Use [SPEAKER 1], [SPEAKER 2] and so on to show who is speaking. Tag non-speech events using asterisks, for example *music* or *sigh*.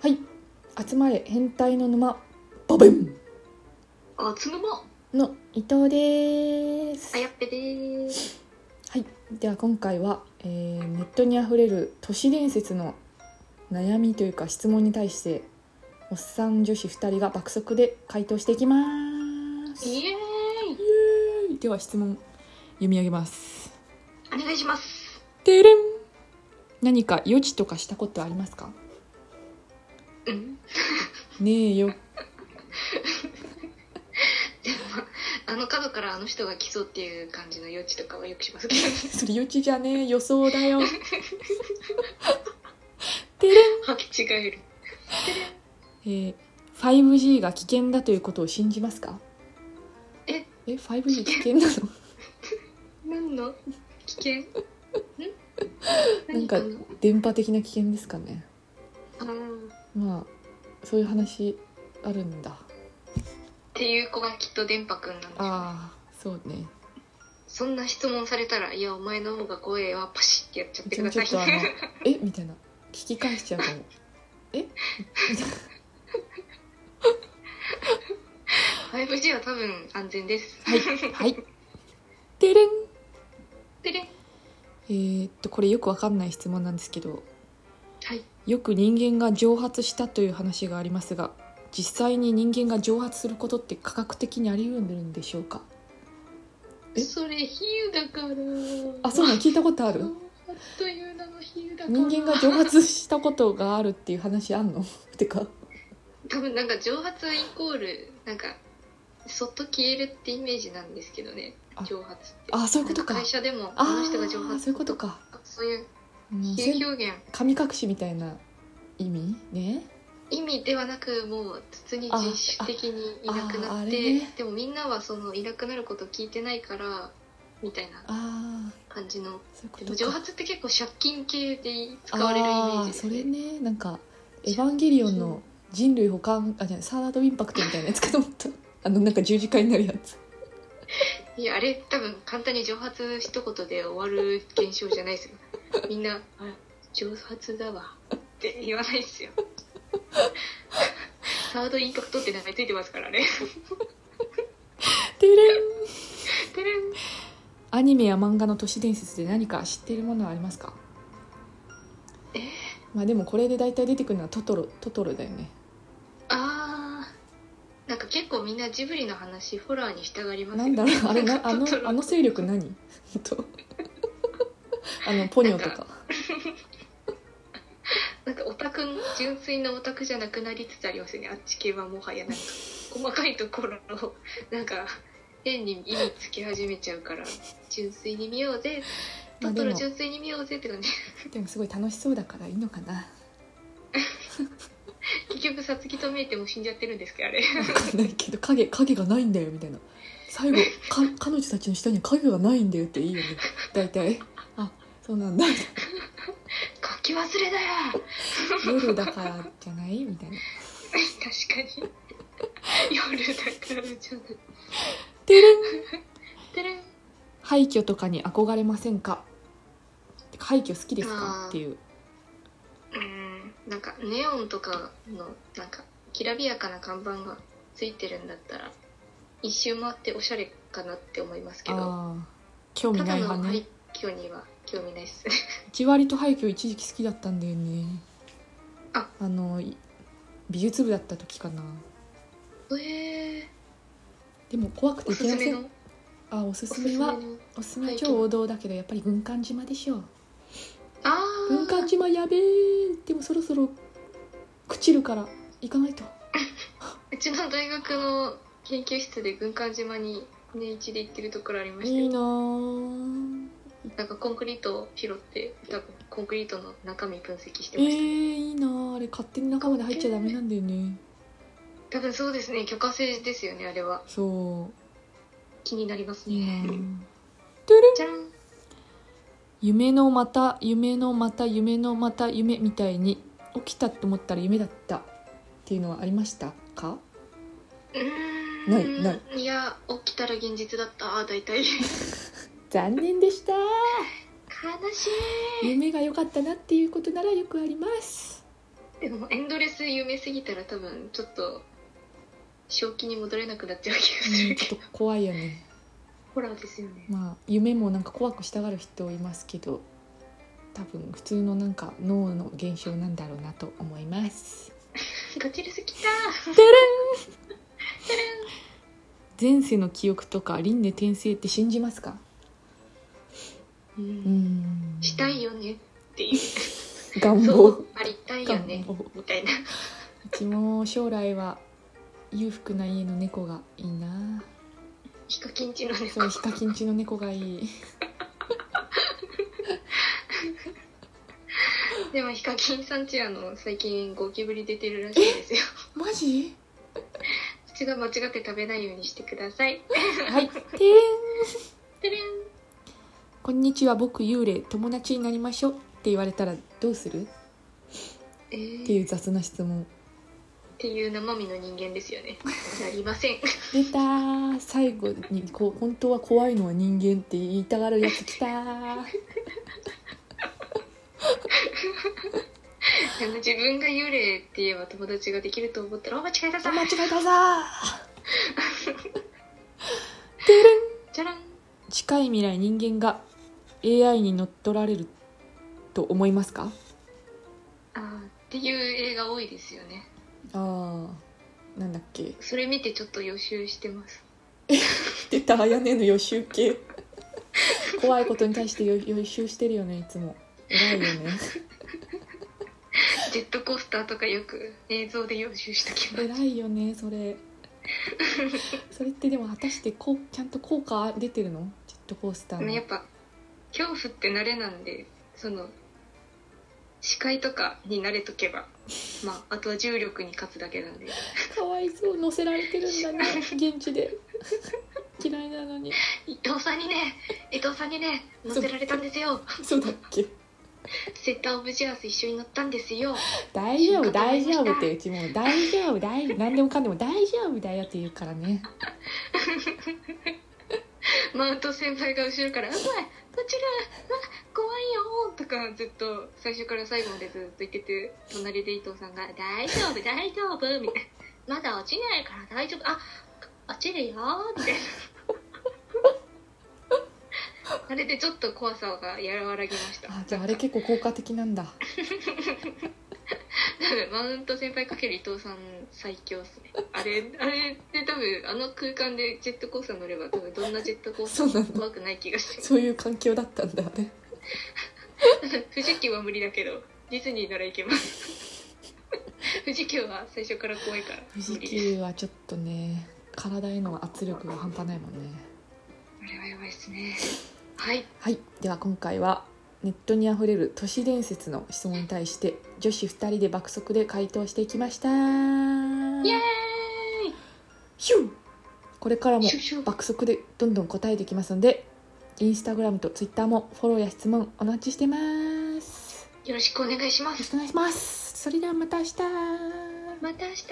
[SPEAKER 1] はい集まれ変態の沼バベン
[SPEAKER 2] あつのま
[SPEAKER 1] の伊藤です
[SPEAKER 2] あやっぺです
[SPEAKER 1] はいでは今回は、えーネットにあふれる都市伝説の悩みというか質問に対しておっさん女子2人が爆速で回答していきますイエ
[SPEAKER 2] イエーイ
[SPEAKER 1] ーイでは質問読み上げます
[SPEAKER 2] お願いします *laughs*
[SPEAKER 1] てれん何か予知とかしたことありますか
[SPEAKER 2] うん
[SPEAKER 1] ねえよ
[SPEAKER 2] あの角からあの人が来そうっていう感じの余地とかはよくしますけど *laughs*
[SPEAKER 1] それ予知じゃねえ予想だよ *laughs* てれん
[SPEAKER 2] 履き違える
[SPEAKER 1] えー、5G が危険だということを信じますか
[SPEAKER 2] え
[SPEAKER 1] え 5G 危険なの
[SPEAKER 2] 何の危険ん
[SPEAKER 1] なん
[SPEAKER 2] 何
[SPEAKER 1] か
[SPEAKER 2] かな
[SPEAKER 1] 電波的な危険ですかね
[SPEAKER 2] あーっ
[SPEAKER 1] まあそういう話あるんだ
[SPEAKER 2] ていう子がきっと電波くんなんでしょうね
[SPEAKER 1] ああそうね
[SPEAKER 2] そんな質問されたら「いやお前の方が怖えわパシッ」ってやっちゃって
[SPEAKER 1] ち
[SPEAKER 2] く
[SPEAKER 1] も
[SPEAKER 2] だ
[SPEAKER 1] ち
[SPEAKER 2] さ
[SPEAKER 1] ょっと
[SPEAKER 2] い
[SPEAKER 1] あの「え
[SPEAKER 2] *laughs*
[SPEAKER 1] みたいな聞き返しちゃうかも「えみみたいな
[SPEAKER 2] 5G は多分安全です
[SPEAKER 1] はいはいてれん
[SPEAKER 2] でね
[SPEAKER 1] えー、っとこれよくわかんない質問なんですけど
[SPEAKER 2] はい
[SPEAKER 1] よく人間が蒸発したという話がありますが実際に人間が蒸発することって科学的にあり得るんでしょうかえ
[SPEAKER 2] それ比喩だから
[SPEAKER 1] あそうなの聞いたことある
[SPEAKER 2] という名の比喩だから
[SPEAKER 1] 人間が蒸発したことがあるっていう話あんの *laughs* てか
[SPEAKER 2] 多分なんか蒸発イコールなんかそっと消えるってイメージなんですけどね
[SPEAKER 1] あ
[SPEAKER 2] 蒸発って
[SPEAKER 1] あそういうことか
[SPEAKER 2] 会社でも
[SPEAKER 1] あ
[SPEAKER 2] あの人が蒸
[SPEAKER 1] ー
[SPEAKER 2] 発
[SPEAKER 1] そういうことか
[SPEAKER 2] あそういう
[SPEAKER 1] うん
[SPEAKER 2] 比喩表現
[SPEAKER 1] 神隠しみたいな意味ね
[SPEAKER 2] 意味ではなくもう普通に
[SPEAKER 1] あ
[SPEAKER 2] 実質的にいなく
[SPEAKER 1] ああ
[SPEAKER 2] な
[SPEAKER 1] あ
[SPEAKER 2] っ
[SPEAKER 1] れ
[SPEAKER 2] て、
[SPEAKER 1] ね
[SPEAKER 2] でもみんなはそのいなくなることを聞いてないからみたいな
[SPEAKER 1] ああ
[SPEAKER 2] 感じの
[SPEAKER 1] そういうこ
[SPEAKER 2] で
[SPEAKER 1] と
[SPEAKER 2] も
[SPEAKER 1] か
[SPEAKER 2] 蒸発って結構借金系で使われるイメー
[SPEAKER 1] あー
[SPEAKER 2] ジです
[SPEAKER 1] それねなんか「エヴァンゲリオン」の人類保管あじゃあサードインパクトみたいなやつかと思ったあのなんか十字架になるやつ
[SPEAKER 2] いやあれ多分簡単に蒸発一言で終わる現象じゃないですよみんな「あ蒸発だわ」って言わないです
[SPEAKER 1] *laughs*
[SPEAKER 2] よサードインパクトって名前ついてますからね
[SPEAKER 1] てれん
[SPEAKER 2] てれん
[SPEAKER 1] アニメや漫画の都市伝説で何か知っているものはありますか
[SPEAKER 2] えー
[SPEAKER 1] まあでもこれで大体出てくるのはトトロトトロだよね
[SPEAKER 2] あーなんか結構みんなジブリの話ホラーに従いますよ
[SPEAKER 1] なんだろうあれなあの
[SPEAKER 2] トトロ
[SPEAKER 1] あの勢力何とあのポニョと
[SPEAKER 2] なん
[SPEAKER 1] か
[SPEAKER 2] なんかオタクの純粋なオタクじゃなくなりつつありますよねあっち系はもはやなんか細かいところをなんか変に意味つけ始めちゃうから純粋に見ようぜ
[SPEAKER 1] まあ
[SPEAKER 2] ト
[SPEAKER 1] で
[SPEAKER 2] ト
[SPEAKER 1] も
[SPEAKER 2] ロ純粋に見ようぜって感じ
[SPEAKER 1] でもすごい楽しそうだからいいのかな
[SPEAKER 2] 結局さつきとめいても死んじゃってるんですけど
[SPEAKER 1] *laughs*
[SPEAKER 2] あれ *laughs*
[SPEAKER 1] 分かんないけど影影がないんだよみたいな最後か彼女たちの下には影がないんだよっていいよね大体あそうなんだ
[SPEAKER 2] 書き忘れだよ
[SPEAKER 1] 夜だからじゃないみたいな
[SPEAKER 2] 確かに夜だからちょっと
[SPEAKER 1] *laughs* てれん
[SPEAKER 2] *laughs* てれん
[SPEAKER 1] 廃墟とかに憧れませんか廃墟好きですか
[SPEAKER 2] あー
[SPEAKER 1] っていう
[SPEAKER 2] うんなんかネオンとかのなんかきらびやかな看板がついてるんだったら一周回っておしゃれかなって思いますけど
[SPEAKER 1] ああ興味
[SPEAKER 2] ただ
[SPEAKER 1] ない
[SPEAKER 2] の
[SPEAKER 1] 派ね
[SPEAKER 2] 廃墟には興味ないっす *laughs*
[SPEAKER 1] 一割と廃墟一時期好きだったんだよね
[SPEAKER 2] あ
[SPEAKER 1] のい美術部だった時かな
[SPEAKER 2] えー、
[SPEAKER 1] でも怖くて
[SPEAKER 2] お
[SPEAKER 1] 行けます
[SPEAKER 2] す
[SPEAKER 1] せ
[SPEAKER 2] め
[SPEAKER 1] ん
[SPEAKER 2] の
[SPEAKER 1] あおす
[SPEAKER 2] お
[SPEAKER 1] す
[SPEAKER 2] す
[SPEAKER 1] め
[SPEAKER 2] すめ
[SPEAKER 1] は
[SPEAKER 2] の
[SPEAKER 1] おすすめは超王道だけどやっぱり軍艦島でしょう
[SPEAKER 2] あ
[SPEAKER 1] 軍艦
[SPEAKER 2] あ
[SPEAKER 1] 島やべえでもそろそろ朽ちるから行かないと
[SPEAKER 2] うちの大学の研究室で軍艦島に年一で行ってるところありましたよ
[SPEAKER 1] いいなー
[SPEAKER 2] なんかコンクリートを拾って多分コンクリートの中身分析して
[SPEAKER 1] え
[SPEAKER 2] ました、
[SPEAKER 1] ー、いいなーあれ勝手に中まで入っちゃダメなんだよね
[SPEAKER 2] 多分そうですね許可制ですよねあれは
[SPEAKER 1] そ
[SPEAKER 2] 気になります
[SPEAKER 1] ういいな
[SPEAKER 2] ね
[SPEAKER 1] ー
[SPEAKER 2] じゃん
[SPEAKER 1] 夢のまた夢のまた夢のまた夢みたいに起きたと思ったら夢だったっていうのはありましたか
[SPEAKER 2] うーん
[SPEAKER 1] ないない
[SPEAKER 2] や起きたら現実だったあ大体悲し
[SPEAKER 1] 残念でした
[SPEAKER 2] い
[SPEAKER 1] 夢が良かったなっていうことならよくあります
[SPEAKER 2] でもエンドレス夢すぎたら多分ちょっと正気に戻れなくなっちゃう気がす
[SPEAKER 1] うん
[SPEAKER 2] る
[SPEAKER 1] ち
[SPEAKER 2] け
[SPEAKER 1] ょ
[SPEAKER 2] ど
[SPEAKER 1] っと怖いよね
[SPEAKER 2] ホラーですよね
[SPEAKER 1] まあ夢もなんか怖くしたがる人いますけど多分普通のなんか脳の現象なんだろうなと思います
[SPEAKER 2] ガチレスきた
[SPEAKER 1] 前世の記憶とか輪廻転生って信じますか
[SPEAKER 2] ー、う、
[SPEAKER 1] うんん
[SPEAKER 2] したいよねっていう
[SPEAKER 1] 願
[SPEAKER 2] そ
[SPEAKER 1] 望
[SPEAKER 2] うありたいよね
[SPEAKER 1] 願望
[SPEAKER 2] みたいな
[SPEAKER 1] うちも将来は裕福な家の猫がいいな
[SPEAKER 2] ヒカキンチの猫
[SPEAKER 1] そうヒカキンちの猫がいい
[SPEAKER 2] でもヒカキンさんちあの最近ゴキブリ出てるらしいですよ *laughs*
[SPEAKER 1] マジ
[SPEAKER 2] 口が間違って食べないようにしてください
[SPEAKER 1] はいてん
[SPEAKER 2] てれん
[SPEAKER 1] こんにちは僕幽霊友達になりましょうって言われたらどうするっ
[SPEAKER 2] えー、ってて
[SPEAKER 1] いう雑な質問
[SPEAKER 2] いう生身の人間ですよねなりません *laughs*
[SPEAKER 1] 出たー最後にこう本当は怖いのは人間って言いたがるやつ来 *laughs* たー
[SPEAKER 2] あの自分が幽霊って言えば友達ができると思ったら「お間違えたさ
[SPEAKER 1] 間違えたさー *laughs*
[SPEAKER 2] じゃらん
[SPEAKER 1] 近い未来人間が AI に乗っ取られると思いますか
[SPEAKER 2] あー」っていう映画多いですよね
[SPEAKER 1] あーなんだっけ
[SPEAKER 2] それ見てちょっと予習してます
[SPEAKER 1] 出たあやねの予習 *laughs* 系怖いことに対して予予習してるよねいつも偉いよね
[SPEAKER 2] ジェットコースターとかよく映像で予習しときます
[SPEAKER 1] *laughs* 偉いよねそれそれってでも果たしてこうちゃんと効果出てるのジェットコースター
[SPEAKER 2] でも
[SPEAKER 1] の
[SPEAKER 2] やっぱ恐怖って慣れなんでその視界とかに慣れとけばまああとは重力に勝つだけなんで
[SPEAKER 1] かわいそう乗せられてるんだね現地で *laughs* 嫌いなのに
[SPEAKER 2] 伊藤さんにね伊藤さんにね乗せられたんですよ
[SPEAKER 1] そうだっけ
[SPEAKER 2] セッターオブジェアス一緒に乗ったんですよ
[SPEAKER 1] 大丈夫大丈夫ってうちもう大丈夫大何でもかんでも大丈夫だよって言うからね
[SPEAKER 2] マウント先輩が後ろから「うわこちらうわ怖いよ」とかずっと最初から最後までずっと言ってて隣で伊藤さんが「大丈夫大丈夫」みたいな「まだ落ちないから大丈夫あ落ちるよ」みたいなあれでちょっと怖さが和らぎました
[SPEAKER 1] あじゃああれ結構効果的なんだ
[SPEAKER 2] 多分マウント先輩かける伊藤さん最強っすねあれあれで多分あの空間でジェットコースター乗れば多分どんなジェットコースターも怖くない気がする
[SPEAKER 1] そういう環境だったんだね
[SPEAKER 2] 富士急は無理だけどディズニーなら行けます *laughs* 富士急は最初から怖いから
[SPEAKER 1] 富士
[SPEAKER 2] 無理です
[SPEAKER 1] 急はちょっとね体への圧力が半端ないもんね
[SPEAKER 2] あれはやばいですねはい
[SPEAKER 1] はいでは今回はネットにあふれる都市伝説の質問に対して女子2人で爆速で回答していきました
[SPEAKER 2] イエー
[SPEAKER 1] ヒューこれからも
[SPEAKER 2] イシュシュ
[SPEAKER 1] 爆速でどんどん答えていきますのでインスタグラムとツイッターもフォローや質問お待ちしてます
[SPEAKER 2] よろしくお願いしま
[SPEAKER 1] よろし
[SPEAKER 2] す
[SPEAKER 1] くお願いしますそれではまた明日
[SPEAKER 2] また明日